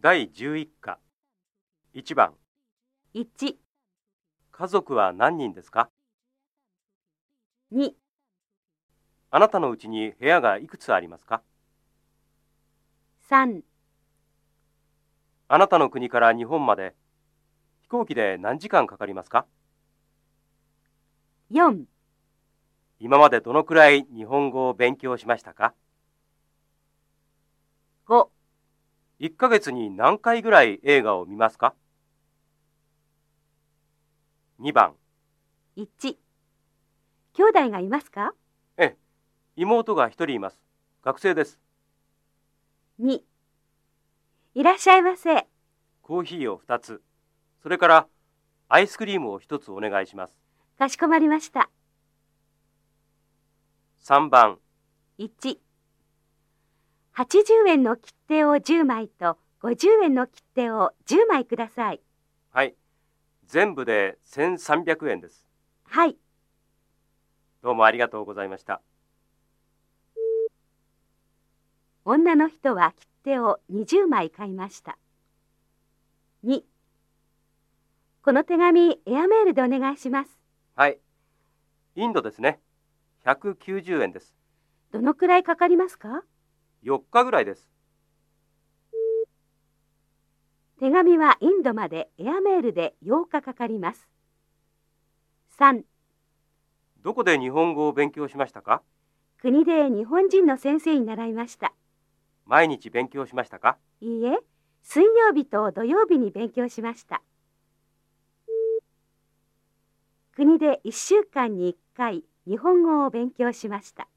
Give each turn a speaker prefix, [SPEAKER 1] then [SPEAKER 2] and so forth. [SPEAKER 1] 第11課1番
[SPEAKER 2] 1、
[SPEAKER 1] 家族は何人ですか
[SPEAKER 2] 2、
[SPEAKER 1] あなたのうちに部屋がいくつありますか
[SPEAKER 2] 3、
[SPEAKER 1] あなたの国から日本まで飛行機で何時間かかりますか
[SPEAKER 2] 4、
[SPEAKER 1] 今までどのくらい日本語を勉強しましたか
[SPEAKER 2] 5、
[SPEAKER 1] 1ヶ月に何回ぐらい映画を見ますか2番
[SPEAKER 2] 1。兄弟がいますか
[SPEAKER 1] 妹が1人います学生です
[SPEAKER 2] ?2。いらっしゃいませ。
[SPEAKER 1] コーヒーを2つそれからアイスクリームを1つお願いします
[SPEAKER 2] かしこまりました。
[SPEAKER 1] 3番
[SPEAKER 2] 1。80円の切手を10枚と50円の切手を10枚ください。
[SPEAKER 1] はい全部で1300円です
[SPEAKER 2] はい。
[SPEAKER 1] どうもありがとうございました
[SPEAKER 2] 女の人は切手を20枚買いました。2この手紙エアメールでお願いします。
[SPEAKER 1] はいインドですね190円です
[SPEAKER 2] どのくらいかかりますか
[SPEAKER 1] 4日ぐらいです
[SPEAKER 2] 手紙はインドまでエアメールで8日かかります。3
[SPEAKER 1] どこで日本語を勉強しましたか
[SPEAKER 2] 国で日本人の先生に習いました。
[SPEAKER 1] 毎日勉強しましたか
[SPEAKER 2] いいえ、水曜日と土曜日に勉強しました。国で1週間に1回日本語を勉強しました。